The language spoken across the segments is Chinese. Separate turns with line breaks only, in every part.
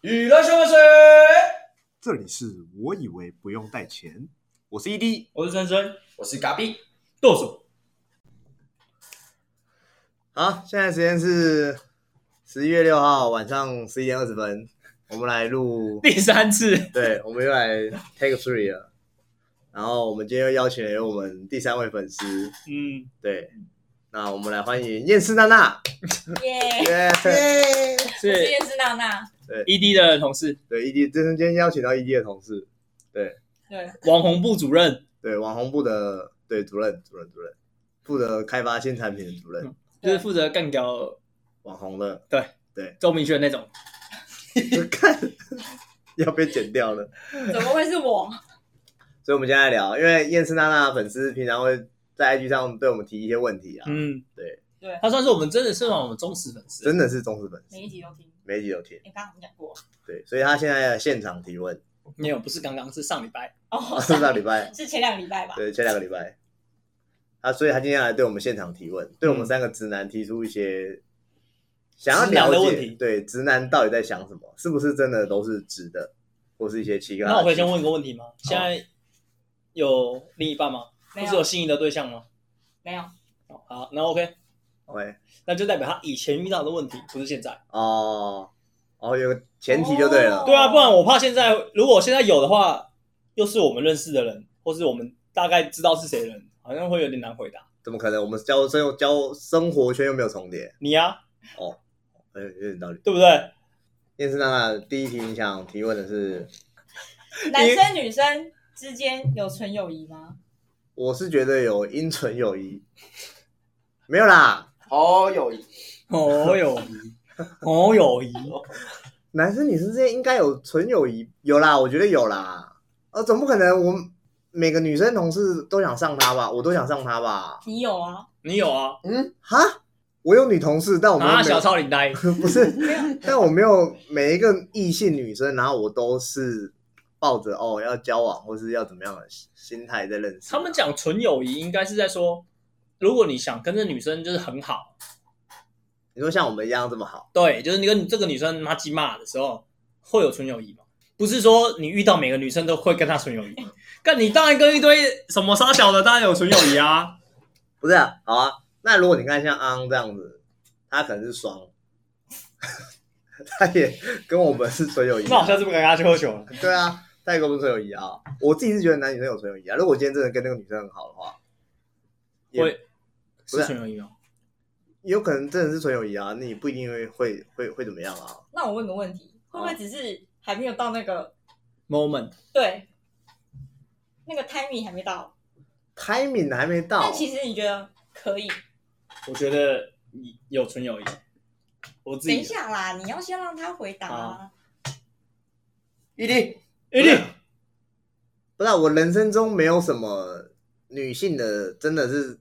娱乐新闻水，
这里是我以为不用带钱，我
E
是 ED。
我是森森，
我是嘎比，
剁手。
好，现在时间是十一月六号晚上十一点二十分，我们来录
，第三次，
对，我们又来 Take Three 了。然后我们今天又邀请了我们第三位粉丝，
嗯，
对，那我们来欢迎燕世娜娜，
耶！
耶、
我是
是
叶斯娜娜，
ED ，E 的同事，
对，ED，这是今天邀请到 ED 的同事，
对，
网红部主任，
对，网红部的对主任，主任，主任，负责开发新产品的主任，
就是负责干掉
网红的，
周明轩那种。
看要被剪掉了。
怎么会是我？
所以我们今天来聊，因为燕世娜娜的粉丝平常会在 IG 上对我们提一些问题啊，
嗯，
对
对
他算是我们真的是我们忠实粉丝。
真的是忠实粉丝，
每一集都听，
每一集都贴，
你刚刚讲过
对，所以他现在现场提问，
没有，不是刚刚，是上礼拜。
哦，
上个礼拜，
是前两个礼拜吧？
对，前两个礼拜，啊，所以他今天来对我们现场提问，对我们
嗯
三个直男提出一些想要
直男的
了
问
解
题，
对，直男到底在想什么，是不是真的都是直的，或是一些奇怪？
那我可以先问一个问题吗？现在有另一半吗？
没
或是有
有，
心仪的对象吗？
没有，
哦好，那 OK，
喂，
那就代表他以前遇到的问题，不是现在。
哦，哦，有个前提就对了，
哦
对啊，不然我怕现在如果现在有的话，又是我们认识的人，或是我们大概知道是谁的人，好像会有点难回答。
怎么可能？我们交生交生活圈又没有重叠，
你啊，
哎，有点道理。
对不对？
燕世娜娜第一题，你想提问的是，
男生女生之间有纯友谊吗？
我是觉得有因纯友谊，没有啦，
好友谊，
哦，友谊， 哦， 友谊，
男生女生之间应该有纯友谊，有啦，我觉得有啦。呃，总不可能我每个女生同事都想上他吧？我都想上他吧？
你有啊？
你有啊？
哈，我有女同事，但我没有
啊，
每、
小超领 带，
不 是，但我没有每一个异性女生，然后我都是抱着哦要交往或是要怎么样的心态在认识。
他们讲纯友谊，应该是在说，如果你想跟这女生就是很好，
你说像我们一样这么好，
对，就是你跟这个女生妈鸡骂的时候，会有纯友谊吗？不是说你遇到每个女生都会跟她纯友谊，但你当然跟一堆什么傻小的当然有纯友谊啊。
不是、啊？好啊，那如果你看像安安这样子，他可能是双， 他也跟我们是纯友谊啊。
那我下次不敢跟她去喝酒了。
对啊，代沟不是纯友谊啊。我自己是觉得男女生有纯友谊啊。如果我今天真的跟那个女生很好的话，也
会
不是
是纯友谊吗？
也有可能真的是纯友谊啊。那你不一定会会会会怎么样啊？
那我问个问题，会不会只是还没有到那个
moment，
对那个 timing 还没到？
timing 还没到
但，其实你觉得可以？
我觉得有纯友谊。我自
等一
己
下啦，你要先让他回答啊。
一定
一定
不是啊、我人生中没有什么女性的，真的是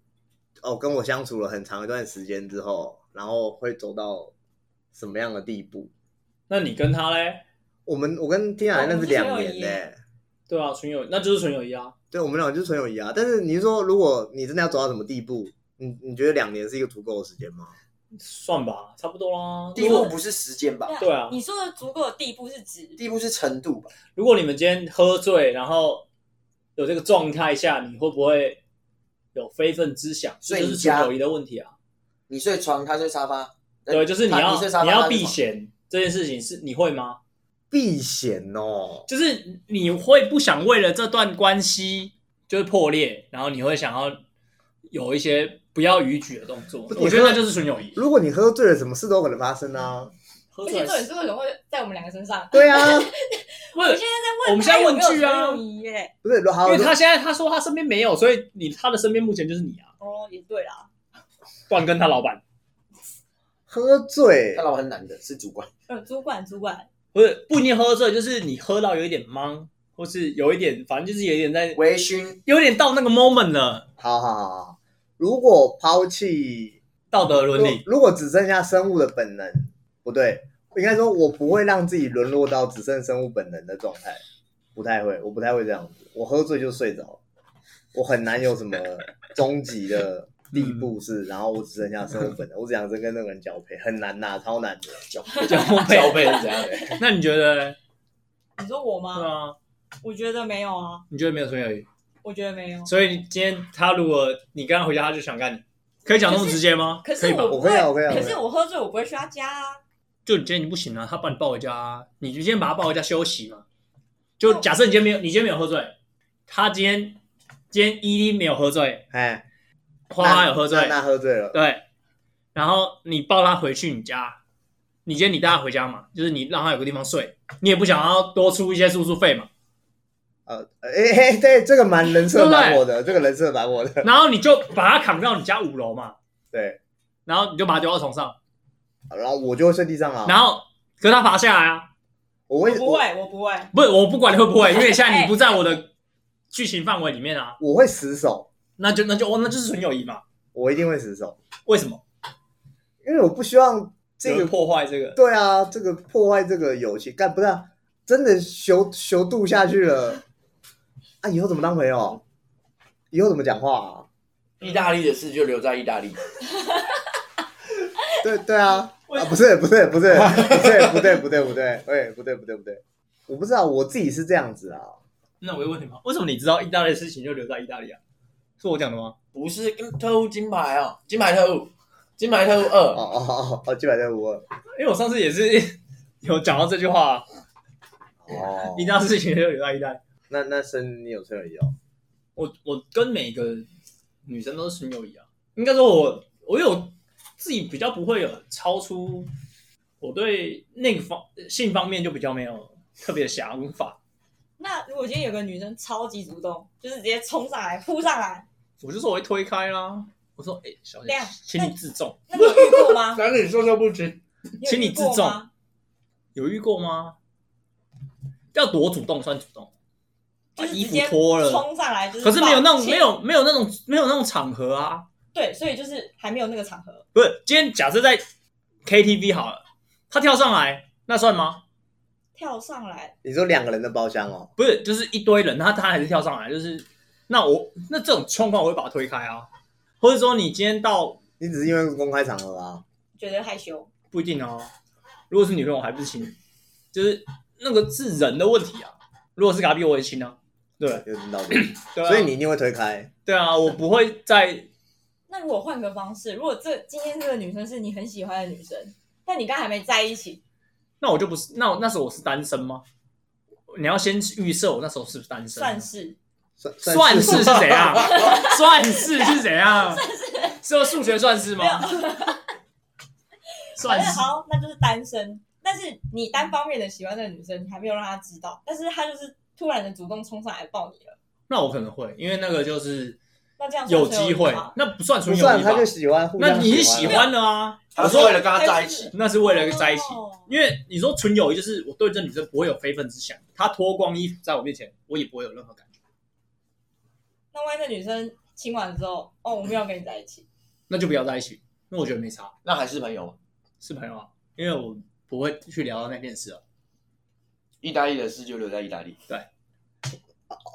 哦，跟我相处了很长一段时间之后，然后会走到什么样的地步？
那你跟他嘞？
我们我跟天
哦
雅认识两年呢、
对啊，纯友谊，那就是纯友谊啊。
对我们俩就是纯友谊啊。但是你是说，如果你真的要走到什么地步，你你觉得两年是一个足够的时间吗？
算吧，差不多啦。
地
如
步
果
不是时间吧？
对啊，
你说的足够的地步是指
地步是程度吧？
如果你们今天喝醉，然后有这个状态下，你会不会有非分之想？
所以
这就
你
是纯
家
友谊的问题啊。
你睡床，他睡沙发，呃
对，就是你
他
要
睡沙发
你要
他睡
避
床
嫌这件事情是你会吗？
避嫌哦，
就是你会不想为了这段关系就是破裂，然后你会想要有一些不要逾矩的动作。
不
我
你
觉得
喝
那就是纯友谊。
如果你喝醉了，什么事都有可能发生啊。
喝
而
醉
且重
了
点是为什么会在我们两个身上？
对啊，
不
我
是
现在在问，
我们现在问句啊
友谊耶。
不是，好，
因为他现在他说他身边没有，所以你他的身边目前就是你啊，
哦，也对啦，
段跟他老板
喝醉
他，老板很难的，是主管。
呃，主管主管，
不是不一定喝醉，就是你喝到有一点懵，或是有一点反正就是有一点在
微醺，
有点到那个 moment 了，
好好好好，如果抛弃
道德伦
如
理
如果只剩下生物的本能，不对，应该说我不会让自己沦落到只剩生物本能的状态，不太会，我不太会这样子。我喝醉就睡着，我很难有什么终极的地步
嗯
是，然后我只剩下生活本能，我只想真跟那个人交配，很难呐，超难的。
交
交配
交配是怎样的？
那你觉得嘞？
你说我
对
吗？
啊，
我觉得没有啊，
你觉得没有纯友谊？
我觉得没有。
所以今天他如果你跟他回家，他就想干你，可以讲那么直接吗？
可
可以
是
吧
我？不会，
可以吧我可以啊我可以啊
可是我喝醉，我不会去他家啊。
就你今天你不行啊，他把你抱回家、啊，你今天把他抱回家休息嘛。就假设你今天没有，你今天没有喝醉，他今天今天依依没有喝醉，
哎，
花花有喝醉，
那喝醉了，
对，然后你抱他回去你家，你今天你带他回家嘛，就是你让他有个地方睡，你也不想要多出一些住宿费嘛，
呃，哎哎，对，这个蛮人设蛮我的，这个人设蛮我的，
然后你就把他扛到你家五楼嘛，
对，
然后你就把他丢到床上，
然后我就会睡地上啊，
然后可是他爬下来啊，
我
我
会
不会，我不会。
不是我不管你会不会，因为现在你不在我的剧情范围里面啊，
我会死守，
那就那就哦那就是纯友谊嘛，
我一定会死守，
为什么？
因为我不希望这
有
个
人破坏这个。
对啊，这个破坏这个友情，干不是、啊、真的修修度下去了啊？以后怎么当朋友？以后怎么讲话、啊？
意大利的事就留在意大利，
对对啊，啊不是不是不是不对不对不对不对，哎不对不对不对，我不知道我自己是这样子啊，
那我又问你嘛，为什么你知道意大利的事情就留在意大利啊？是我讲的吗？
不是跟特务金牌哦，金牌特务，金牌特务二
哦哦哦哦，基本上我
因为我上次也是 有讲到这句话、啊，
哦
意，大利的事情就留在意大利。
那那生你有车友谊哦，
我我跟每个女生都是纯友谊啊，应该说我我有自己比较不会有超出我对那个方性方面就比较没有特别的想法，
那如果今天有个女生超级主动，就是直接冲上来扑上来，
我就说我会推开啦。我说，哎、小姐
对啊，
请你自重，
那你有遇过 吗？
男女授受不亲，
有
请你
遇过
自重
吗
有遇过吗？要多主动算主动，把
就是
衣
直
服
接
脱了，
冲上来，就是
可是没有那
抱
种
歉
没有没有那种没有那种场合啊。
对，所以就是还没有那个场合。
不是，今天假设在 KTV 好了，他跳上来，那算吗？
跳上来，
你说两个人的包厢哦，
不是，就是一堆人，他他还是跳上来，就是那我那这种状况我会把他推开啊，或者说你今天到
你只是因为公开场合啊，
觉得害羞，
不一定哦，如果是女朋友我还不是亲，就是那个是人的问题啊。如果是嘎比我也亲啊，对
有听到理，
对啊，
所以你一定会推开，
对啊，我不会在
那如果换个方式，如果这今天这个女生是你很喜欢的女生，但你刚还没在一起，
那我就不是那我那时候我是单身吗？你要先预设我那时候是不是单身啊？
算是
算
算
是
式是怎 样？算式是怎样？是有数学算式吗？
反
算
正
式
好，那就是单身。但是你单方面的喜欢这个女生，你还没有让她知道，但是她就是突然的主动冲上来抱你了，
那我可能会，因为那个就是
那这样算
有
纯友谊
机会
吗，
那不算
不
纯友
算
谊
他
吧
就？喜欢，互
那
相
你是喜
啊
欢的啊，
他是为了跟他在一起，
那是为了在一起。
哦
因为你说纯友谊，就是我对这女生不会有非分之想，她脱光衣服在我面前，我也不会有任何感觉，
那万一那女生亲完之后，哦，我没有跟你在一起，
那就不要在一起。那我觉得没差，
那还是朋友吗？
是朋友啊，因为我不会去聊到那件事啊。
意大利的事就留在意大利，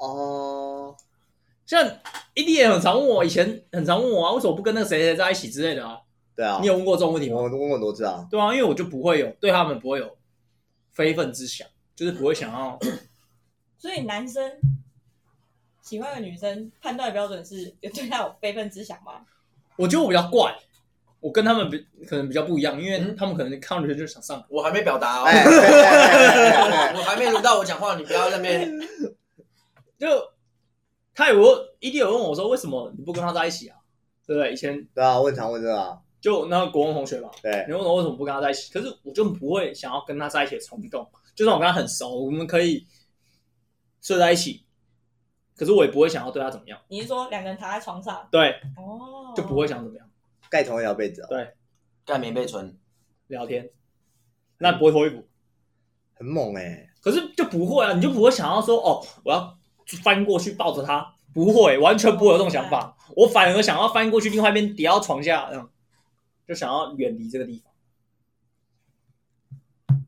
哦。
像 E D 也很常问我，以前很常问我啊，为什么不跟那个谁谁在一起之类的啊？
对啊，
你有问过这种问题吗？
我都问过多次啊，
对啊，因为我就不会有对他们不会有非分之想，就是不会想要。
所以男生喜欢的女生判断的标准是有对她有非分之想吗？
我觉得我比较怪，我跟他们比可能比较不一样，因为他们可能看到女生就想上。
我还没表达哦，
哎，对对对对对
我还没轮到我讲话，你不要在那边。
就他有问 E D 有问我说，为什么你不跟他在一起啊？对不对？以前
对啊，问常问这个啊，
就那个国文同学嘛，
对
你问我为什么不跟他在一起，可是我就不会想要跟他在一起的冲动。就算我跟他很熟，我们可以睡在一起，可是我也不会想要对他怎么样，
你是说两个人躺在床上，
对，
哦，
就不会想怎么样
盖同一条被子啊，
盖棉被村，
聊天，那不会脱衣服。
很猛哎，
可是就不会啊，你就不会想要说哦，我要翻过去抱着他，不会，完全不会有这种想法。我反而想要翻过去另外一边叠到床下，这样就想要远离这个地方。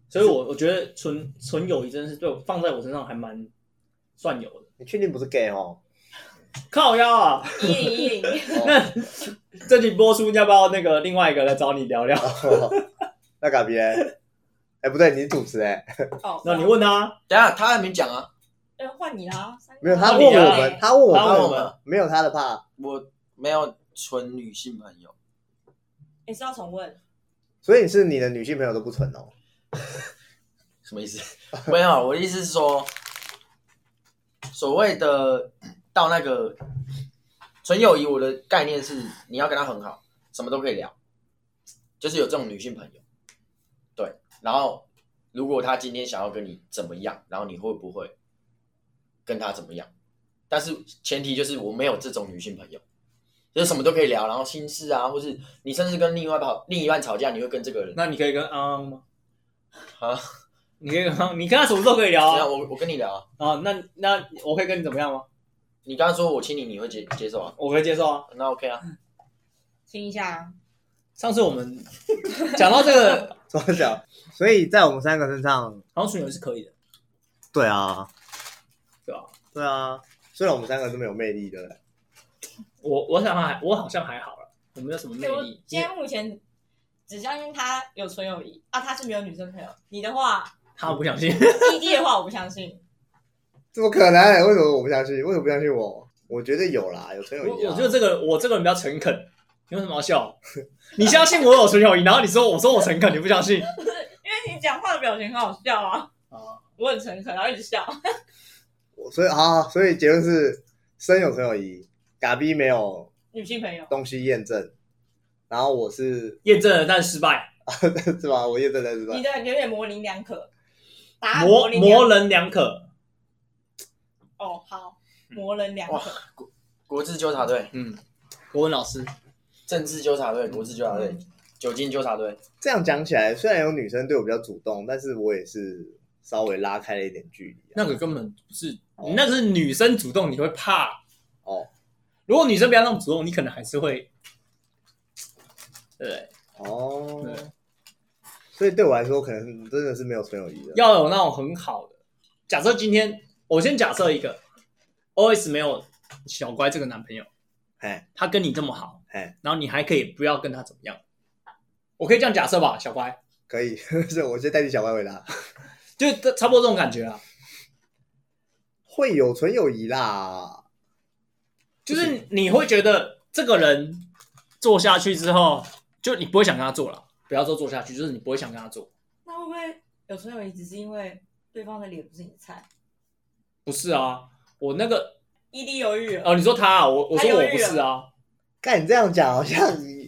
所以我，我觉得纯纯友谊真的是对我放在我身上还蛮算有的。
你确定不是 gay 哦？
靠腰啊！
一零一零，
这集播出要不要那个另外一个来找你 聊聊？
那嘎比嘞？哎、不对，你是主持哎、
哦，
那你问他，
等一下他还没讲啊，
呃，换你啦，三个
没有，他问
你啊
我们，他问我
他问
我
们
们，
没有他的怕，
我没有纯女性朋友，
也是要重问，
所以是你的女性朋友都不纯哦。
什么意思？ 没有，我的意思是说，所谓的到那个纯友谊，我的概念是你要跟他很好，什么都可以聊，就是有这种女性朋友，对。然后如果他今天想要跟你怎么样，然后你会不会跟他怎么样？但是前提就是我没有这种女性朋友，就是什么都可以聊，然后心事啊，或是你甚至跟另外一半另一半吵架，你会跟这个人
那你可以跟安安吗？
啊？
你可以跟安安，你跟他什么时候可以聊
怎样？
啊？
我我跟你聊啊。
啊，那那我可以跟你怎么样吗？
你刚刚说我亲你，你会接接受啊？
我可以接受啊。
那 OK 啊，
听一下，
上次我们讲到这 个，
怎么讲？所以在我们三个身上，
好像纯友是可以的，
对啊，
对吧？
对啊，虽然我们三个这么有魅力的，
我我想还我好像还好了，我没有什么魅
我
力。
现在目前只相信他有纯友谊啊，他是没有女生 朋友。你的话，
他不相信，
弟弟的话我不相信，
怎么可能？为什么我不相信？为什么不相信我？我觉得有啦，有纯友
我
谊啊。
我觉得这个我这个人比较诚恳，你有什么好笑？你相信我有纯友谊，然后你说我说我诚恳，你不相信？
因为你讲话的表情很好笑啊，
啊，
我很诚恳，然后一直笑。
我所以好，所以结论是深有纯友谊，嘎逼没有
女性朋友，
东西验证，然后我是
验证了但失败，
是吧？我验证的是吧
你？的有点模棱两可，答案
模
棱两
啊
可。
模棱两可。
哦，好，模棱两
哇
可。
国字纠察队、
嗯，国文老师，
政治纠察队、国字纠察队、酒精纠察队，
这样讲起来，虽然有女生对我比较主动，但是我也是稍微拉开了一点距离、啊。
那个根本不是，
哦
嗯那个是女生主动，你会怕
哦。
如果女生不要那么主动，你可能还是会，对
哦，
对，
所以对我来说，可能真的是没有纯友谊的。
要有那种很好的。假设今天我先假设一个，OS 没有小乖这个男朋友，
哎
他跟你这么好，
哎，
然后你还可以不要跟他怎么样，我可以这样假设吧，小乖，
可以， 是我先代替小白回答，
就差不多这种感觉啊，
会有纯友谊啦。
就是你会觉得这个人做下去之后，就你不会想跟他做了，不要说做下去，就是你不会想跟他做。
那会不会有纯友谊只是因为对方的脸不是你的菜？
不是啊，我那个
异地犹豫了，
哦，你说他啊，我我
他
说
犹豫
我
了
不是啊，
看你这样讲，好像你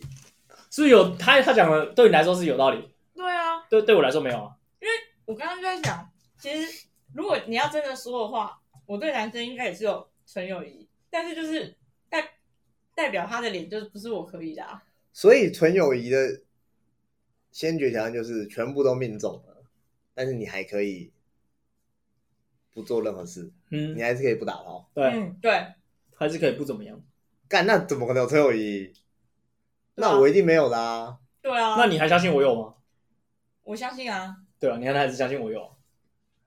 是不是有他他讲的对你来说是有道理，
对啊，
对对我来说没有啊。
我刚刚就在想，其实如果你要真的说的话，我对男生应该也是有纯友谊，但是就是代代表他的脸就是不是我可以的啊。
所以纯友谊的先决条件就是全部都命中了，但是你还可以不做任何事，
嗯
你，还是可以不打炮。
对，
嗯，对，
还是可以不怎么样。
干，那怎么可能有纯友谊？
对啊
那我一定没有啦。
对啊。
那你还相信我有吗？
我相信啊，
对啊，你看他还是相信我有啊，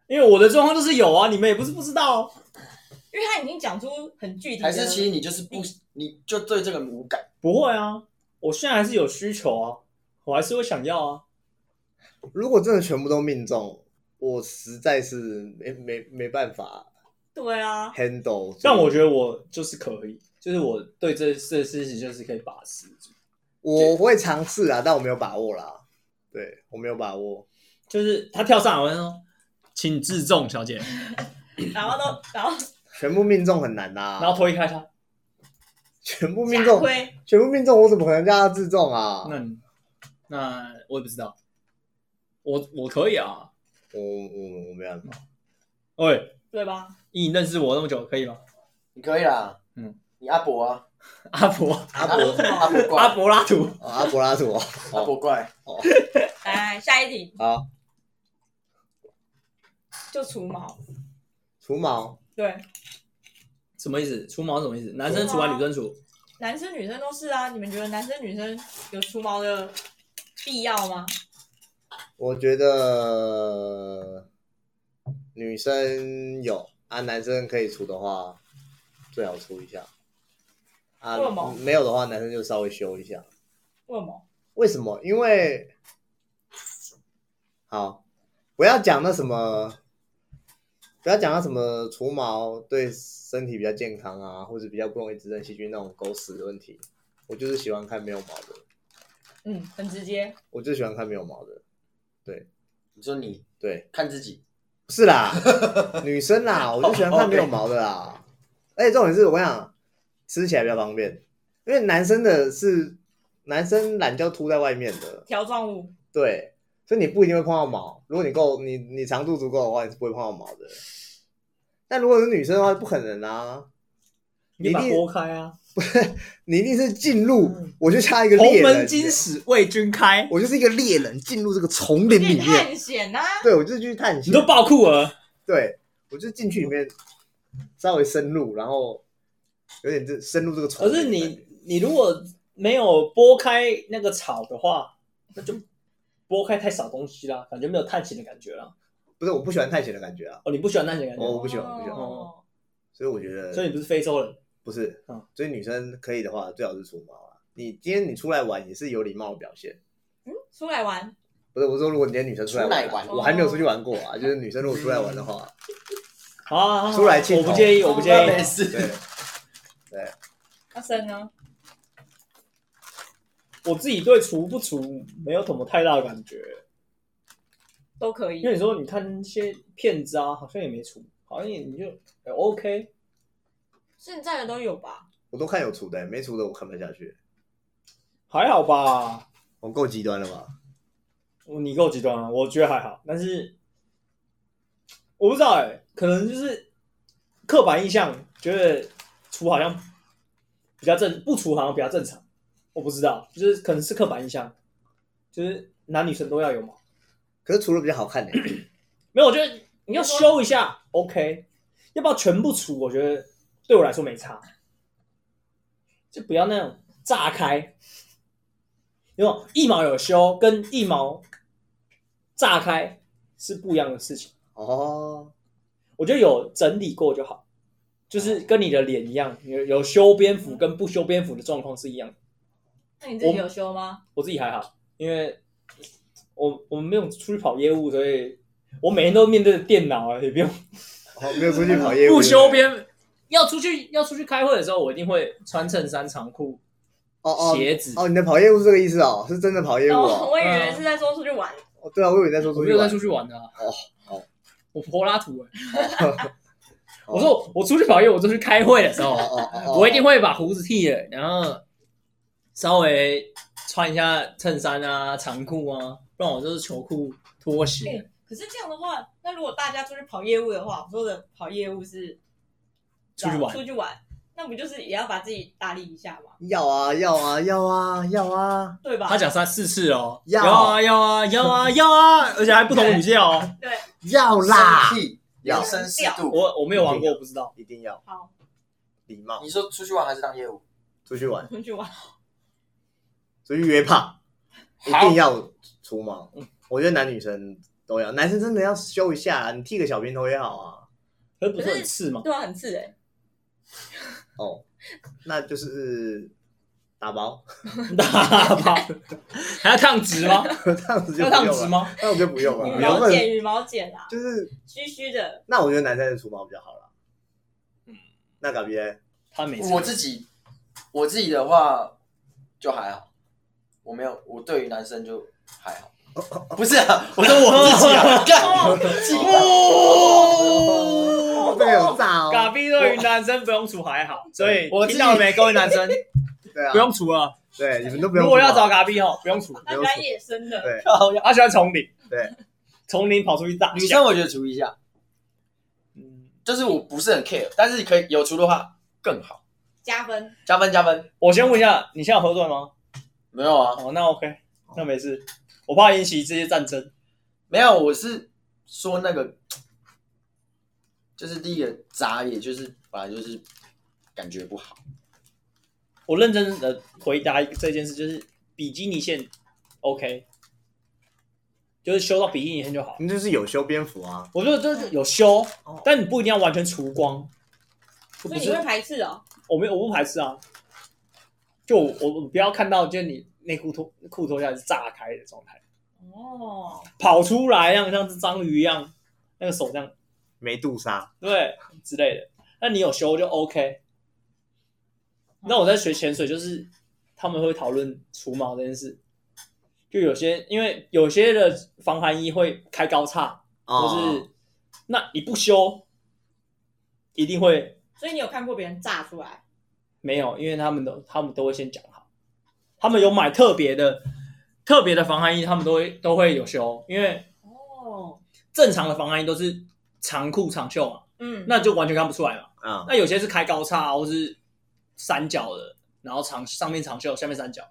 因为我的状况就是有啊，你们也不是不知道哦，
因为他已经讲出很具体的，
还是其实你就是不，你就对这个人无感。
不会啊，我现在还是有需求啊，我还是会想要啊。
如果真的全部都命中，我实在是没没没办法
对啊，
handle 住。
但我觉得我就是可以，就是我对这这事情就是可以把持住，
我会尝试啦，但我没有把握啦。对我没有把握，
就是他跳上来，我就说，请自重，小姐，
然后都然后
全部命中很难啦。
然后推开他，
全部命
假
中，
亏，
全部命中，我怎么可能叫他自重啊？
那你那我也不知道，我我可以啊，
我我我没办法。
喂，
对吧？
以你认识我那么久，可以吗？
你可以啦，
嗯
嗯，你阿伯啊，
阿伯
阿
然后
伯
什
阿
么？
伯怪，
阿伯拉图，
哦阿伯拉图哦，
阿伯怪，
来下一题
好，
就除毛，
除毛
对，
什么意思？除毛是什么意思？男生除还是女生除？
男生女生都是啊，你们觉得男生女生有除毛的必要吗？
我觉得女生有啊，男生可以除的话，最好出一下。啊
为什么，
没有的话，男生就稍微修一下。
为什么？
为什么？因为好，不要讲那什么，不要讲那什么除毛对身体比较健康啊，或者比较不容易滋生细菌那种狗屎的问题。我就是喜欢看没有毛的，
嗯，很直接。
我就喜欢看没有毛的。
你说你
对，
看自己，
不是 啦，女生啦，
哦
我就喜欢看没有毛的啦。而且重点是，我想吃起来比较方便，因为男生的是男生懒觉凸在外面的，
条状物，
对，所以你不一定会碰到毛。如果你够你你长度足够的话，你是不会碰到毛的。但如果是女生的话，不可能啊！
你把它拨开啊，
你一定是进入，我就像一个猎
嗯鸿门
人，
今始为君开，
我就是一个猎人，进入这个丛林里
去
面。
探险啊呐、
对，我就是去探
你
险
都。爆酷儿，
对，我就进去里面，稍微深入，然后有点这深入这个丛
可
林。
是你你如果没有拨开那个草的话，那就拨开太少东西啦，感觉没有探险的感觉啦。
不是我不喜欢探险的感觉啊，
哦，你不喜欢探险的感觉，
我不喜欢我不喜欢
哦
所以我觉得
所以你不是非洲人。
不是
嗯，
所以女生可以的话，最好是除毛啊。你今天你出来玩也是有礼貌的表现。
出来玩，
不是我说，如果你今天女生出来玩
出
啊，
来玩
我还没有出去玩过啊。就是女生如果出来玩的 话，
好啊，好啊
出来气头
我不介意，我不介
没
意。
事。
对，
阿啊生呢？
我自己对除不除没有什么太大的感觉，
都可以
因。为你说你看那些骗子啊，好像也没除，好像也你就、呃 OK。
现在的都有吧？
我都看有除的，没除的我看不下去。
还好吧，
我够极端了吧？
你够极端了，我觉得还好，但是我不知道哎、可能就是刻板印象，觉得除好像比较正，不除好像比较正常，我不知道，就是可能是刻板印象，就是男女生都要有毛，
可是除了比较好 看呢、
没有，我觉得你要修一下 OK，要不要全部除？我觉得对我来说没差，就不要那种炸开，因为一毛有修跟一毛炸开是不一样的事情。
哦，
我觉得有整理过就好，就是跟你的脸一样，有有修边幅跟不修边幅的状况是一样的。
那你自己有修吗？
我自己还好，因为我我们没有出去跑业务，所以我每天都面对着电脑啊，也不用
哦没有出去跑业务，
不修边。要出去要出去开会的时候，我一定会穿衬衫、长裤、
哦哦
鞋子。
哦，你的跑业务是这个意思哦，是真的跑业
啊
务
嗯
哦，
哦。
我以为是在说出去玩。
哦对啊，我以为你在说
我
出
没
去
有在
玩
出去玩的、啊。
哦好
我柏拉图、欸。
哦
我说我出去跑业，我都去开会的时候啊
哦，哦哦，哦
我一定会把胡子剃了，然后稍微穿一下衬衫啊、长裤啊，不然我就是球裤、拖
哎、
鞋。
可是这样的话，那如果大家出去跑业务的话，我说的跑业务是啊
出去玩
出去玩，那不就是也要把自己打理一下吗？
要啊要啊要啊要啊，
对吧？
他讲三四次哦，
要
啊要啊要啊要啊，而且还不同 语调哦。
对，
要啦，
生气，
要
人生适度。
我我没有玩过，我不知道。
一定要
好，
礼貌，
你说出去玩还是当业务？
出去玩，
出去玩。
出去约炮，一
好
定要除毛。我觉得男女生都要，男生真的要修一下啊，你剃个小平头也好啊。
可是不是很刺吗？
对啊，很刺哎、
哦，那就是打包，
大包，还要烫 直吗？
这样子就
要
不
烫
用
直
了，
吗？
那我就不用
嗯
了。
羽
原
毛
本
剪，羽毛剪啦，
就是，
虚虚的。
那我觉得男生的除毛比较好了。
嗯
那嘎比嘞，
他每次
我自己，我自己的话就还好，我没有，我对于男生就还好。 不是啊，我说我自 己啊， 干奇
哦，这个有炸
嘎
哦，
逼对于男生不用除还好，所以
我
听到了没，各位男 生
对啊，
不用除了。
对，你们都不用。
如果要找，嘎逼哦，不用除，
他喜欢野生的，
对，
他喜欢丛林，
对，
丛林跑出去大
女生我觉得除一下，
嗯，
就是我不是很 care，但是可以有除的话更好，
加分。
加分加分。
我先问一下，你现在有喝醉吗？
没有啊，
哦，那 OK，那没事，我怕引起这些战争。
没有，我是说那个，就是第一个渣，也就是本来就是感觉不好。
我认真的回答这件事，就是比基尼线 OK，就是修到比基尼线就好。
你就是有修边幅啊。
我觉得这是有修
哦，
但你不一定要完全除光。就
所
不
以
是
你会排斥哦？
我没有我不排斥啊，就我我我不要看到就是你内裤脱裤脱下来是炸开的状态，
哦，
跑出来像像只章鱼一样，那个手这样
没杜莎，
对之类的。那你有修就 OK。那我在学潜水，就是他们会讨论除毛这件事，就有些因为有些的防寒衣会开高叉，或是、
哦，
那你不修，一定会
所以你有看过别人炸出来？
没有，因为他们都他们都会先讲好，他们有买特别的特别的防寒衣，他们都会都会有修，因为
哦，
正常的防寒衣都是长裤长袖嘛，
嗯，
那就完全看不出来嘛。
嗯，
那有些是开高叉啊或是三角的，然后长上面长袖，下面三角，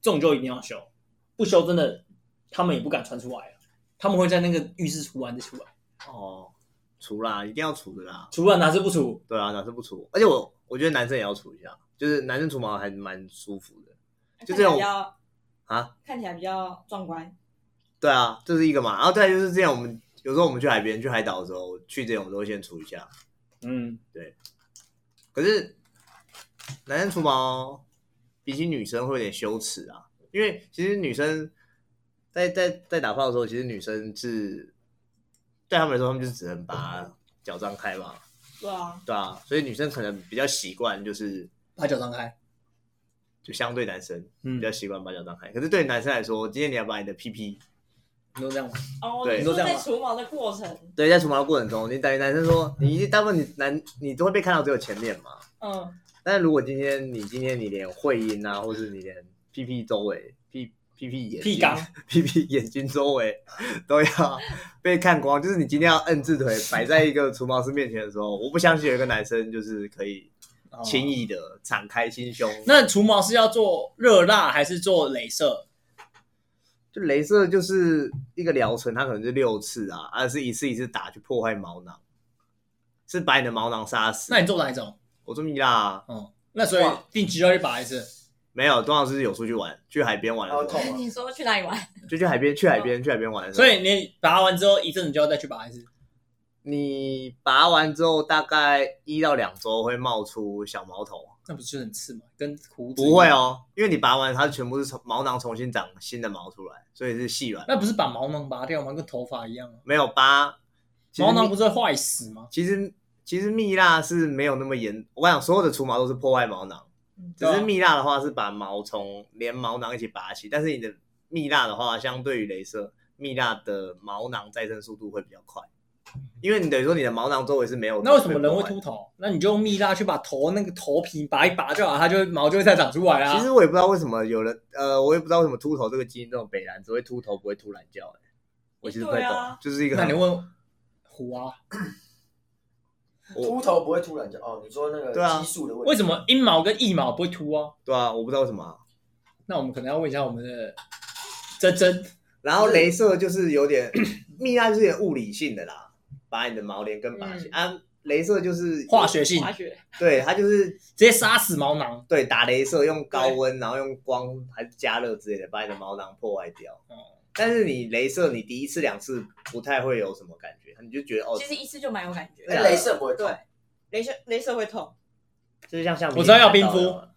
这种就一定要修，不修真的他们也不敢穿出来了他们会在那个浴室除完再出来，
哦，除啦，一定要除的啦，
除完哪是不除？
对啊，哪是不除？而且我我觉得男生也要除一下，就是男生除毛还蛮舒服的就这种
看起来比较
啊，
看起来比较壮观。
对啊，这是一个嘛，然后再来就是这样，我们有时候我们去海边、去海岛的时候，去这种都会先除一下，
嗯，
可是男生除毛比起女生会有点羞耻啊，因为其实女生在在在打炮的时候，其实女生是对他们来说，他们就是只能把脚张开嘛，
对啊，
对啊，所以女生可能比较习惯，就是
把脚张开，
就相对男生
嗯
比较习惯把脚张开，可是对男生来说，今天你要把你的屁屁
你都这样吗，
哦，
对
你说
你说这样
在
吧
除毛的过程，
对在除毛的过程中，你等于男生说你一定大部分你男你都会被看到只有前面嘛，
嗯，
但如果今天你今天你连会阴啊，或是你连屁屁周围、屁屁屁眼、
屁缸、
屁屁眼睛周 围都要被看光，就是你今天要摁字腿摆在一个除毛师面前的时候，我不相信有一个男生就是可以
哦
轻易的敞开心胸。
那除毛是要做热蜡还是做镭射？
就镭射就是一个疗程，它可能是六次啊，而、是一次一次打去破坏毛囊，是把你的毛囊杀死。
那你做哪一种？
我说你啦，
哦，那所以
哇
定期要去拔一次。
没有，通常是有出去玩，去海边玩
哦
的时候，
好痛
你说去哪里玩？
就去海边，去海边，去海边玩的时候。
所以你拔完之后一阵子就要再去拔一次。
你拔完之后，大概一到两周会冒出小毛头，
那不是就很刺吗？跟胡子一样
不会，
啊
哦，因为你拔完它全部是从毛囊重新长新的毛出来，所以是细软，
那不是把毛囊拔掉吗？跟头发一样啊。
没有拔。其实
毛囊
蜜
不是会坏死吗？
其实其实蜜蜡是没有那么严，我想所有的除毛都是破坏毛囊，只
啊
是蜜蜡的话是把毛从连毛囊一起拔起，但是你的蜜蜡的话，相对于镭射，蜜蜡的毛囊再生速度会比较快，因为你等于说你的毛囊周围是没有
那为什么人会
被破坏的
秃头？那你就用蜜蜡去把头那个头皮拔一拔就好，它就会毛就会再长出来啊。
其实我也不知道为什么有人，呃，我也不知道为什么秃头这个基因这种北蓝只会秃头不会秃懒觉、欸，我其实不太
对
懂，
啊
就是一个
那你
很
问虎啊，
秃头不会突然就哦，你说那
对啊
个激素的问题，
为什么阴毛跟腋毛不会秃啊？
对啊，我不知道为什么啊、
那我们可能要问一下我们的珍珍，
然后镭射就是有点 蜜蜡，就是有点物理性的啦，把你的毛连根拔起、
嗯
啊。镭射就是
化，学性
滑雪？
对，它就是
直接杀死毛囊。
对打镭射用高温，然后用光还是加热之类的，把你的毛囊破坏掉。
哦
但是你镭射，你第一次两次不太会有什么感觉，你就觉得哦
其，实一次就蛮有感觉。
对啊
哎镭射不会痛
对，镭射镭射会痛。
就是像橡皮
我知道要冰敷
看到的嘛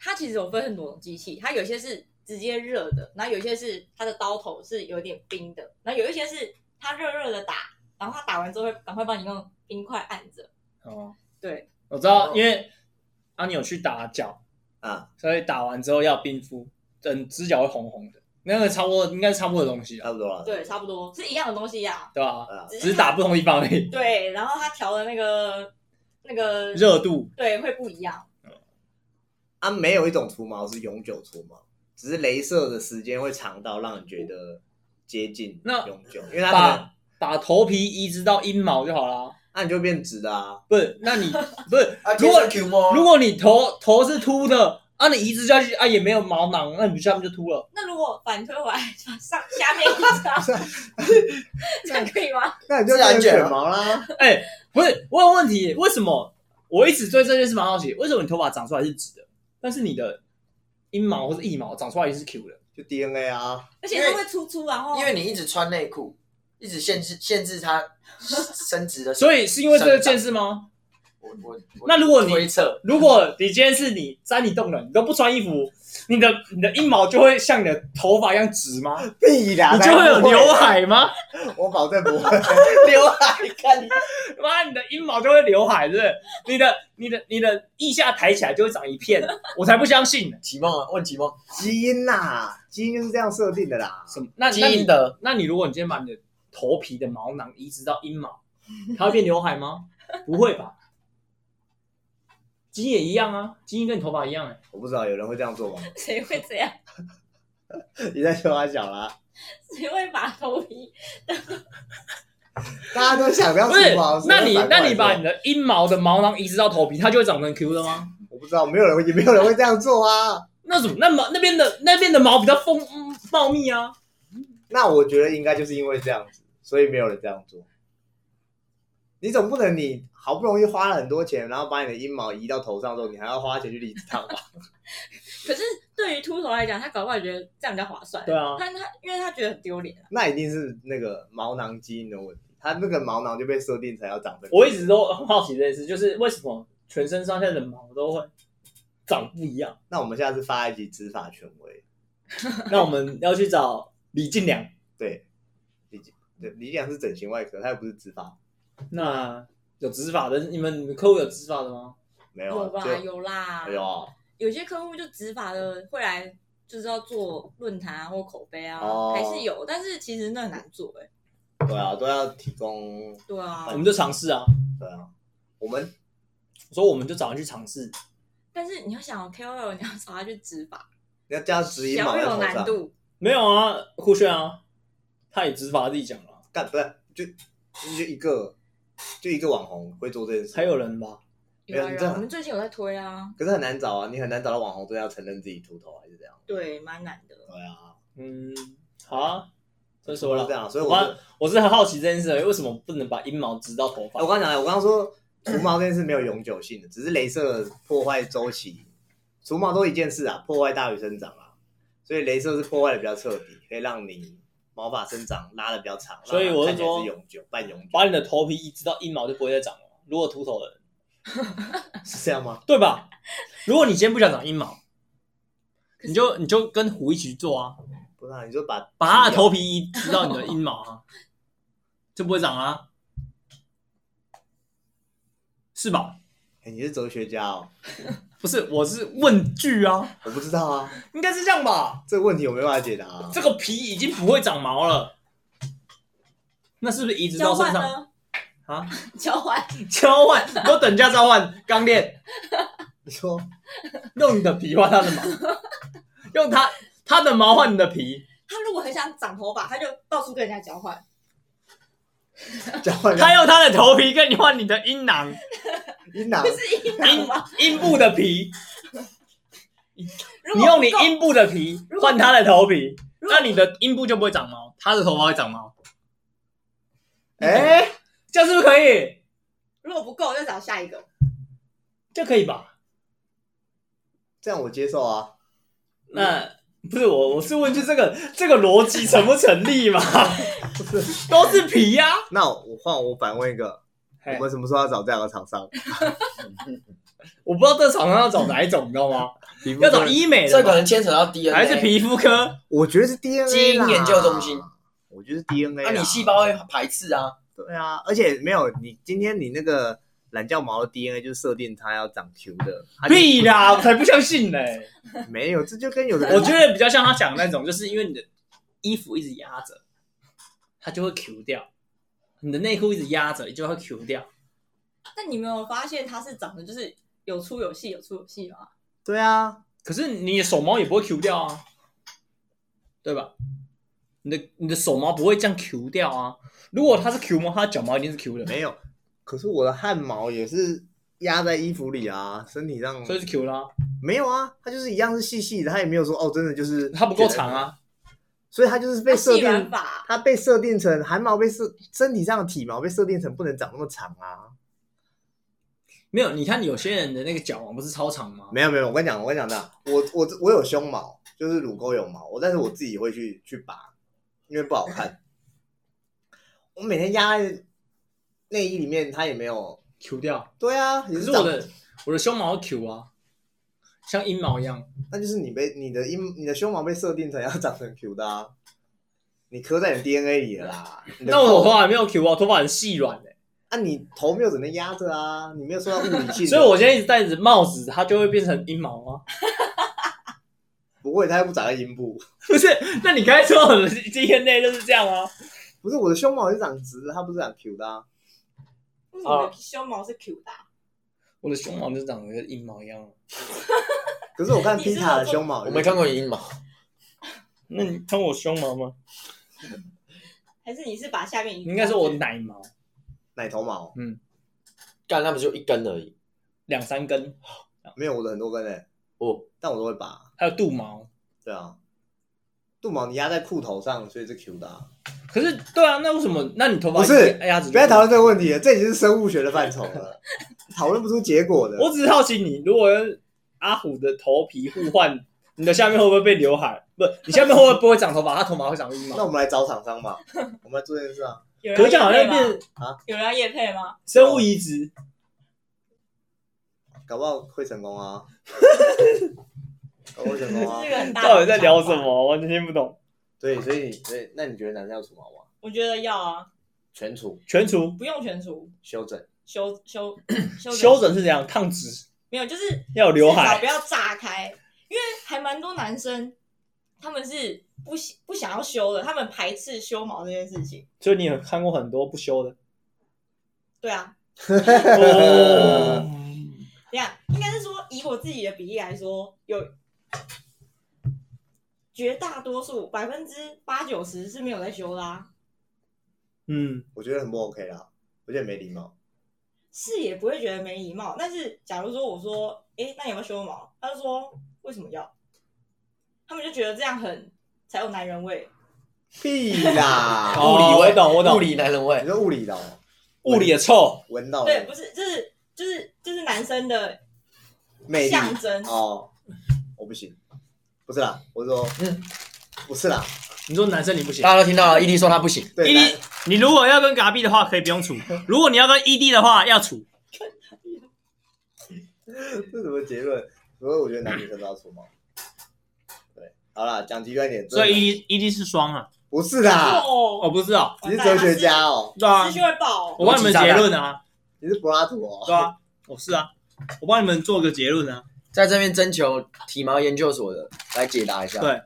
它其实有分很多种机器，它有些是直接热的，然后有些是它的刀头是有点冰的，然后有一些是它热热的打，然后它打完之后会赶快帮你用冰块按着。
哦，
对，
我知道，因为阿你有去打脚，
啊，
所以打完之后要冰敷，整只脚会红红的，那个差不多应该是差不多的东西啊
差，不多了。
对，差不多是一样的东西呀、
对吧？
啊，
只是打不同地方而已，
对，然后它调的那个那个
热度
对会不一样。
啊，没有一种除毛是永久除毛，只是镭射的时间会长到让你觉得接近
那
永久，因为它可能
把把头皮移植到阴毛就好啦。
那你就变直的啊。
不是，那你不是
啊，
如果
Q 吗？
如果你头头是秃的，啊，你移植下去啊也没有毛囊，那你下面就秃了。
那如果反推回来上下面一 张，这样可以吗？
那你
就变成卷
毛啦。
不是，我有问题，为什么我一直对这件事蛮好奇？为什么你头发长出来是直的，但是你的阴毛或者腋毛长出来是 Q 的？
就 DNA 啊，
而且它会突出，然后
因为你一直穿内裤，一直限制限制它伸直的，
所以是因为这件事吗？
我我我
那如果你
推 测，
如果你今天是你沾你冻了，你都不穿衣服，你的你的阴毛就会像你的头发一样直吗？你
屁啦，
就会有啊刘，海吗？
我保证不会刘 海，看你
妈，你的阴毛就会刘海，是不是？你的你的你的腋下抬起来就会长一片，我才不相信呢。
启梦啊，问启梦，
基因啦，基因就是这样设定的啦。
什么？那
基
那
因
你
的
那你如果你今天把你的头皮的毛囊移植到阴毛，它会变刘海吗？不会吧？基因也一样啊，基因跟你头发一样哎、
我不知道有人会这样做吗？
谁会这样？
你在笑他小啦，
谁会把头皮？
大家都想要
不
除
是
毛，，
那你
谁会反过来
那你把
做
你的阴毛的毛囊移植到头皮，它就会长成 Q 的吗？
我不知道，没有人会也没有人会这样做啊。
那怎么？那毛那边的那边的毛比较丰嗯茂密啊。
那我觉得应该就是因为这样子，所以没有人这样做。你总不能你好不容易花了很多钱，然后把你的阴毛移到头上之后，你还要花钱去理烫吧？
可是对于秃头来讲，他搞不好觉得这样比较划算。
对啊
他他因为他觉得很丢脸啊。
那一定是那个毛囊基因的问题，它那个毛囊就被设定成要长这个。
我一直都很好奇这件事，就是为什么全身上下的毛都会长不一样？
那我们下次发一集执法权威，
那我们要去找李进良。
对，理解。对，理想是整形外科，他又不是执法，
那有执法的，你们你们客户有执法的吗？
没有
有
啊，
吧？
就
有啦。
哎呦，哦，
有些客户就执法的会来，就是要做论坛啊或口碑啊，
哦
还是有，但是其实那很难做哎、
对啊，都要提供，
对啊
嗯
我，们就尝试啊。
对啊，我们
我说我们就找人去尝试，
但是你要想哦 KOL，你要找他去执法，
你要加指引毛
小
在
有
头
难
上，
度。
没有啊，酷炫啊，他也执法自己讲了啊，
干不是就就一个就一个网红会做这件事，
才有，人吧？
没有哎
有啊
你
有
这
啊，
样
我们最近有在推啊，
可是很难找啊，你很难找到网红真的要承认自己秃头还是这样，
对，蛮难的。
对啊，
嗯，好啊，这说
就是这
了。
样，所以
我
我是
刚我是很好奇这件事，为什么不能把阴毛植到头
哎我
发？
刚刚讲了，我刚刚说除毛这件事没有永久性的，只是镭射破坏周期，除毛都一件事啊，破坏大于生长啊，所以镭射是破坏的比较彻底，可以让你毛发生长拉的比较长，
所以我
让它看
是
起来
说
是永久半永久，
把你的头皮移植到阴毛就不会再长了。如果秃头的人，
是这样吗？
对吧？如果你今天不想长阴毛，
可是
你就你就跟虎一起去做啊，
不是、啊，你说把
把他的头皮移植到你的阴毛 啊，就不会长啊，是吧？
哎、你是哲学家哦，
不是，我是问句啊，
我不知道啊，
应该是这样吧？
这个问题我没办法解答啊，
这个皮已经不会长毛了，那是不是移植
交
到
换
身上
呢？
啊？
交换
交换，都等价交换，刚练。
你说
用你的皮换他的 毛，用他他的毛换你的皮，
他如果很想长头发，他就到处跟人家交换。
交换
他用他的头皮跟你换你的阴囊、
阴囊
不，是阴囊吗？
阴部的皮，
如
你
果
用
不
你
够
阴部的皮
如果
换他的头皮，
如果
那你的阴部就不会长毛，他的头发会长毛，
嗯
哎、
这样是不是可以？
如果不够，就找下一个。
这可以吧？
这样我接受啊，
嗯
那不是我，我是问句这个这个逻辑成不成立 嘛？都是皮呀、
那我换我反问一个，我
嘿
们什么时候要找这样的厂商？
我不知道这厂商要找哪一种，你知道吗？要找医美
这
的
可
吗，
能牵扯到 DNA，
还是皮肤科？
我觉得是 DNA
基因
啦
研究中心，
我觉得是 DNA
那啊
啦。
你细胞会排斥啊，
对啊，而且没有你今天你那个懒觉毛的 DNA 就是设定它要长 Q 的，啊你
屁啦，我才不相信呢、
没有，这就跟有的人
我觉得比较像他讲的那种，就是因为你的衣服一直压着，它就会 Q 掉；你的内裤一直压着，就会 Q 掉。
但你没有发现他是长得就是有粗有细，有粗有细吗？
对啊，
可是你的手毛也不会 Q 掉啊，对吧？你的你的手毛不会这样 Q 掉啊。如果它是 Q 毛，它的脚毛一定是 Q 的，
没有。可是我的汗毛也是压在衣服里啊，身体上
所以是 Q 啦、
没有啊，它就是一样是细细的，它也没有说哦，真的就是
它不够长，啊，
所以它就是被设
细软
定，
发，
它被设定成汗毛被设身体上的体毛被设定成不能长那么长啊。
没有。你看有些人的那个脚毛不是超长吗？
没有没有，我跟你讲，我跟你讲这样，我我我有胸毛，就是乳沟有毛，我但是我自己会去去拔，因为不 好看。我每天压在内衣里面，它也没有
Q 掉。
对啊，你
可是
长
我的我的胸毛会 Q 啊，像阴毛一样。
那就是你被你的阴你的胸毛被设定成要长成 Q 的、啊，你刻在你 DNA 里了啦。你的
但我头
头
发还没有 Q 啊，我头发很细软的，
啊，你头没有只能压着啊，你没有受到物理性的，
所以我现在一直戴着帽子，它就会变成阴毛啊。
不会，它又不长在阴部。
不是，那你刚才说我的 DNA 就是这样啊？
不是我的胸毛是长直的，它不是长 Q 的、啊。
为什么你的胸毛是 Q 的啊？
我的胸毛就长得跟阴毛一样啊。
可是我看
你是
皮塔的
说
胸毛，
我没看过你阴毛，
那你看嗯我胸毛吗？
还是你是把下面一
应该是我奶毛，
奶头毛，
干他们就一根而已。
两三根，
没有我的很多根诶、
哦，
但我都会拔。
还有肚毛。
对啊，肚毛你压在裤头上，所以是 Q 的、啊。
可是，对啊，那为什么？那你头发
不是
哎
嗯
呀，
不要讨论这个问题了，这已经是生物学的范畴了， 讨论不出结果的。
我只是好奇你，如果跟阿虎的头皮互换，你的下面会不会被刘海？不，你下面会不会不会长头发？他头发会长阴
那
毛？
我们来找厂商吧， 我们来做这件事啊。
有
可
人
是这
要
样好
叶
像
配吗？
变
有人要叶配吗？
生物移植，
搞不好会成功 啊！搞不好会成功
这
啊
是一！个很大。
到底在聊什？么？完全听不懂。
对，所以你所以那你觉得男生要除毛吗？
我觉得要啊，
全除、
全除
不用全除，
修整，
修 修修
修整是怎样？烫直
没有，就是
要有刘
至少
海
不，要炸开，因为还蛮多男生他们是不喜不想要修的，他们排斥修毛这件事情。
所以你有看过很多不修的。
对啊，
哦，
这样应该是说，以我自己的比例来说，有绝大多数百分之八九十是没有在修啦、
嗯，
我觉得很不 OK 啦，我觉得没礼貌。
是也不会觉得没礼貌。但是假如说我说，诶，那你要不要修毛？他就说为什么要？他们就觉得这样很才有男人味。
屁啦！
哦我懂我懂
物理男人味
你，说物理的哦，
物理的臭，
闻到
对，
了
不是，就是就是就是男生的
魅力
象征。
哦，我不行，不是啦，我说
嗯
不是啦，
你说男生你不行。
大家都听到了，伊利说他不行，
对，
伊
男
利，你如果要跟嘎比的话，可以不 用除；如果你要跟 ED 的话，要除。
这什么结论？所以我觉得男女生都要除毛。对，好啦，讲极端一点，
所
真的
以 ED ED 是双啊，
不是啦，
哦，
我不知道，
你是哲学家哦，
对啊
资，讯会爆哦。
我帮你们结论啊，
你是柏拉图哦，
对啊，我是啊，我帮你们做个结论啊。
在这边征求体毛研究所的来解答一下。
对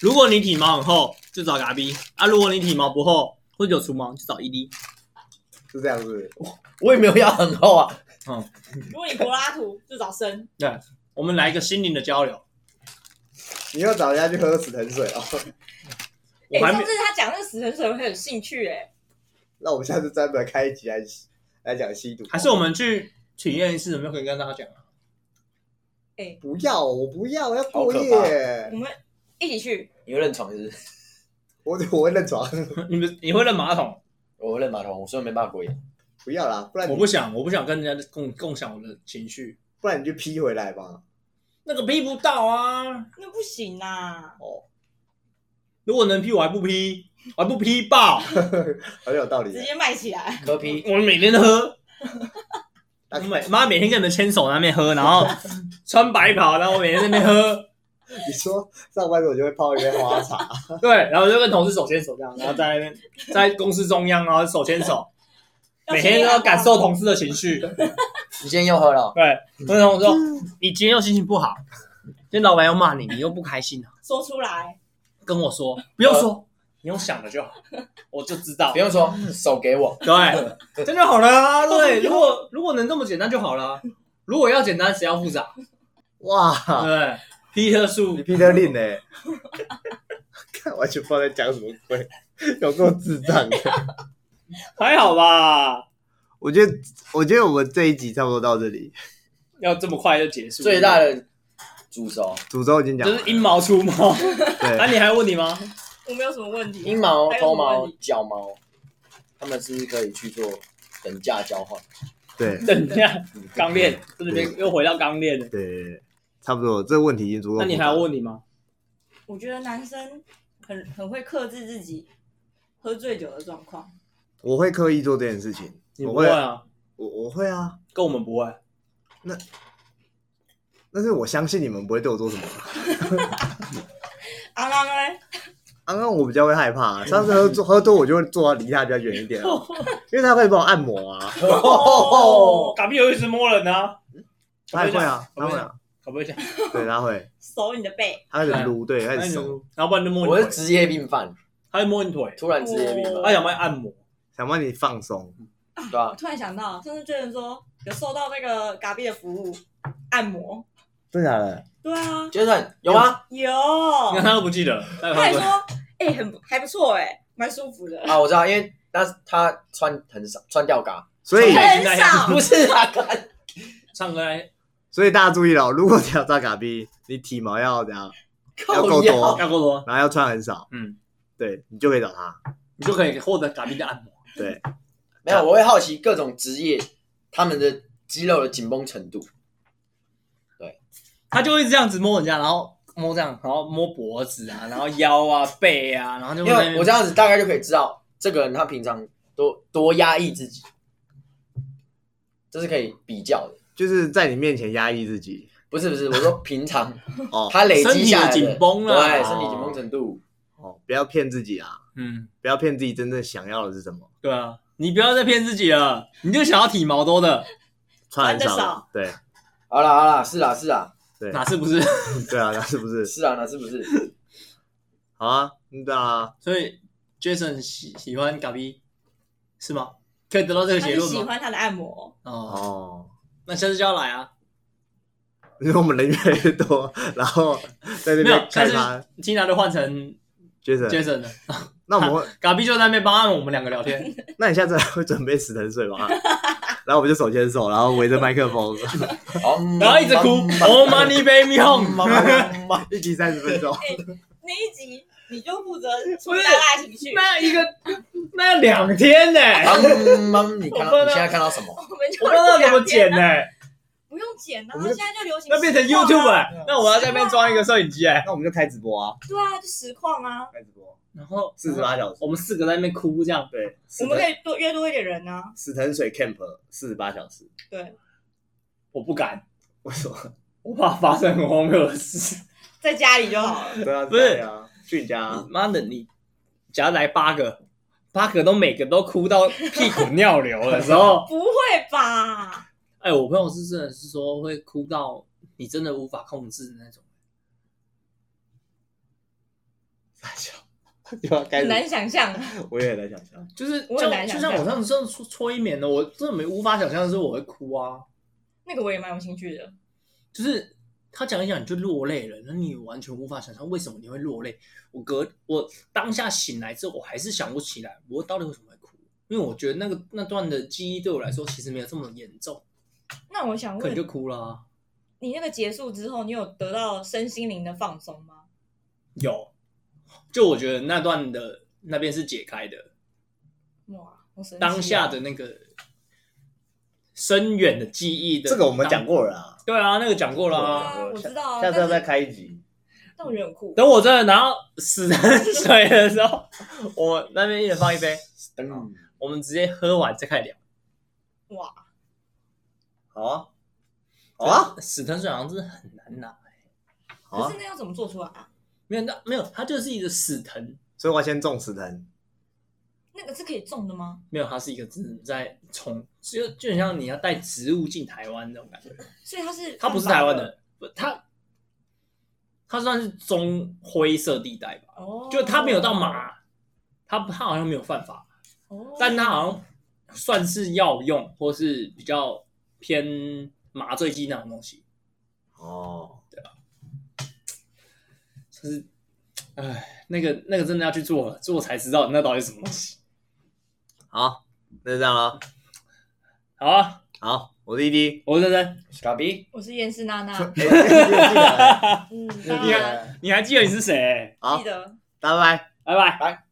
如果你体毛很厚，就找嘎比啊；如果你体毛不厚或者有除毛，就找 E ED。
是这样子。
我也没有要很厚啊，
如果你柏拉图就找生，
我们来一个心灵的交流。
你要找人家去喝死藤水哦。
我
哎、
还
上
没
次他讲那个死神水，我很有兴趣哎、
那我们下次专门开一集来来讲吸毒，
还是我们去体验一次，有没有可以跟大家讲啊？
不要，我不要，我要过
好可
夜
我，们一起去。
你会认床是不是？
我我会认床，
你们你会认马桶？
我会认马桶，所以没办法过夜。
不要啦，不然
我
你
不想，我不想跟人家共共享我的情绪。
不然你就批回来吧。
那个批不到啊！
那不行啦，
如果能批，我还不批，我还不批 爆！
很有道理
直，接卖起来。
柯皮，
我每天都喝，
那啊
我每妈每天跟你们牵手在那边 喝，然后穿白袍，然后我每天在那边喝，
你说上班的时候我就会泡一杯花茶，
对，然后就跟同事手牵手这样，然后在那边在公司中央，然后手牵 手，每天都要感受同事的情绪。
你今天又喝了哦？
对，跟同事说，你今天又心情不好，今天老板又骂你，你又不开心啊，
说出来，
跟我说，不用
呃
说，你用想的就好，我就知道
不。用说，手给我。
对，这样就好了啊。对，如果如果能这么简单就好了啊。如果要简单，谁要复杂？
啊
对 不
哇，
对，皮特树
你 Peter Lin 呢、 看完全不知道在讲什么鬼， 有够智障的。
还好吧？
我觉得，我觉得我们这一集差不多到这里，
要这么快就结 束？
最大的主轴，
诅咒已经讲
就
完
是阴毛出毛。那、
对，
你还有问 题吗？
我没有什么问题。
阴毛、
还有什
头
么问
毛
题，、
脚毛，他们是不是可以去做等价交换？
对
等一下，刚练这边又回到刚练了。
对，差不多，这个问题已经足够复
那
杂。
你还有问题吗？
我觉得男生很很会克制自己喝醉酒的状况。
我会刻意做这件事情，
你
我
不会啊？
我我会啊，
跟我们不会。
但是我相信你们不会对我做什么。
阿浪嘞，
刚刚我比较会害怕、上次喝多喝多我就会坐到离他比较远一 点啊、因为他会帮我按摩啊，
哦，卡比有一直摸人啊，
他也会啊，
我
他
会
会
这样
啊，
卡比会想，
对他会，
手你的背，
他开始撸，对，开始手，
哎然后不然就摸
我
你
是
腿，
职业病犯，
他会摸你腿，哎
突然职业病
哦
他
犯，
想帮你按摩，
想帮你放松，
对吧、
我
哦
突然想到，上次觉得说有受到那个嘎比的服务按摩，
真的假的？
对啊，
杰森有吗？
有，
你看 他都不记得，他 有
他还
看
说
过，
哎、很不还不错哎、蛮舒服的，
啊，我知道，因为那他穿很少，穿吊 嘎，
所以
对
很
现在
少，
不是啊， 干
唱歌还
所以大家注意了，如果你要扎嘎逼，你体毛要怎样，要够
靠腰
多，
要够多，
然后要穿很少，
嗯，
对你就可以找他。
你就可以获得卡比的按摩。
对，
没有，我会好奇各种职业他们的肌肉的紧绷程度。
他就会这样子摸人家，然后摸这样，然后摸脖子啊，然后腰啊、背啊，然后就
因为我这样子大概就可以知道这个人他平常多多压抑自己，这是可以比较的。
就是在你面前压抑自己
不是不是，我说平 常
哦
他累积下来
身体的紧绷啊啦
对，身体紧绷程度。
哦，不要骗自己啊，
嗯，
不要骗自己真正想要的是什么，
对啊，你不要再骗自己了，你就想要体毛多的，
穿很
穿
少
得少
的，对
好啦好啦，是啦是啦
对
哪是不 是？
对啊，那是不是？
是啦，那是 不是？
好啊，嗯对啊，
所以 Jason 喜喜欢嘎比是吗？可以得到这个
他
结
就
论
喜
吗？
欢他的按摩，
哦，
哦，
那下次就要来啊！
因为我们人越来越多， 然后在那
没有
边，
下
开
次
发
Tina 就换成
Jason，
Jason 了，
那我们会，
嘎比就在那边帮按我们两个聊天，
那你下次会准备死藤水吗？ 然后我们就手牵手，然后围着麦克风，
好，
然后一直哭，Oh money baby home，
home，
一集三十分钟，
那一集你就负责出
不是
大家情绪，
那一个那两天呢、
哎你看到你现在看到什么？
我们就
我不知道
录
怎么
两
剪
天
呢、
啊，不用剪啊，
我
现
们就
在就流行
那变成
实况啊
YouTube 哎、那我要在那边装一个摄影机哎、
那我们就开直播啊，
对啊，就实况啊，
开直播
然后
四十八小时，
我们四个在那边哭这样，
对，
我们可以多约多一点人啊，
死藤水 camp 四十八小时，
对，
我不敢，
为什么？
我怕发生很荒谬的事。
在家里就好了，
对啊，
不是
对啊，去你家啊，
妈的，你假如来八个，八个都每个都哭到屁股尿流的时候，
不会吧？
哎，我朋友是真的是说会哭到你真的无法控制的那种。
就要开
很
始，
难想象，
我也在想啊象，
就是
我很难
像
想
就像
象
我上次说搓衣棉的，我真的没无法想象的是我会哭啊，
那个我也蛮有兴趣的。
就是他讲一讲你就落泪了，那你完全无法想象为什么你会落泪。我隔我当下醒来之后，我还是想不起来我到底为什么会哭，因为我觉得那个那段的记忆对我来说其实没有这么严重，
那我想
可能就
问，
哭了、啊。
你那个结束之后，你有得到身心灵的放松吗？
有，就我觉得那段的那边是解开的，
哇，好神奇啊
当下的那个深远的记忆的。
这个我们讲。过了啊，
对啊，那个讲过了、
对
啊。
啊，我知道啊，
下次要
但
再
是
开一集，
但我觉得很酷。
等我真的 拿到死人水的时候，我那边一人放一杯，
嗯，
我们直接喝完再开始聊。
哇，
好啊，好啊，，
死藤水好像真的很难拿，
好
可
啊
是，那要怎么做出来啊？
没有那没有，它就是一个死藤，
所以我要先种死藤，
那个是可以种的吗？
没有，它是一个只能在从，就就很像你要带植物进台湾那种感觉。
所以它是
它不是台湾的，不它它算是中灰色地带吧，
哦，
就它没有到，麻，它它好像没有犯法，
哦、
但它好像算是药用或是比较偏麻醉剂那种东西，
哦，
就是，哎，那个那个真的要去做了，做才知道那到底是什么东西。
好，那就这样了，
好啊，
好，我是 E ED，
我是真真，
傻逼，
我是厌世娜娜，
哎记得记得
嗯，
你
当
看
然
你还记得你是谁？
好
记，得。
拜拜。
拜拜。
来。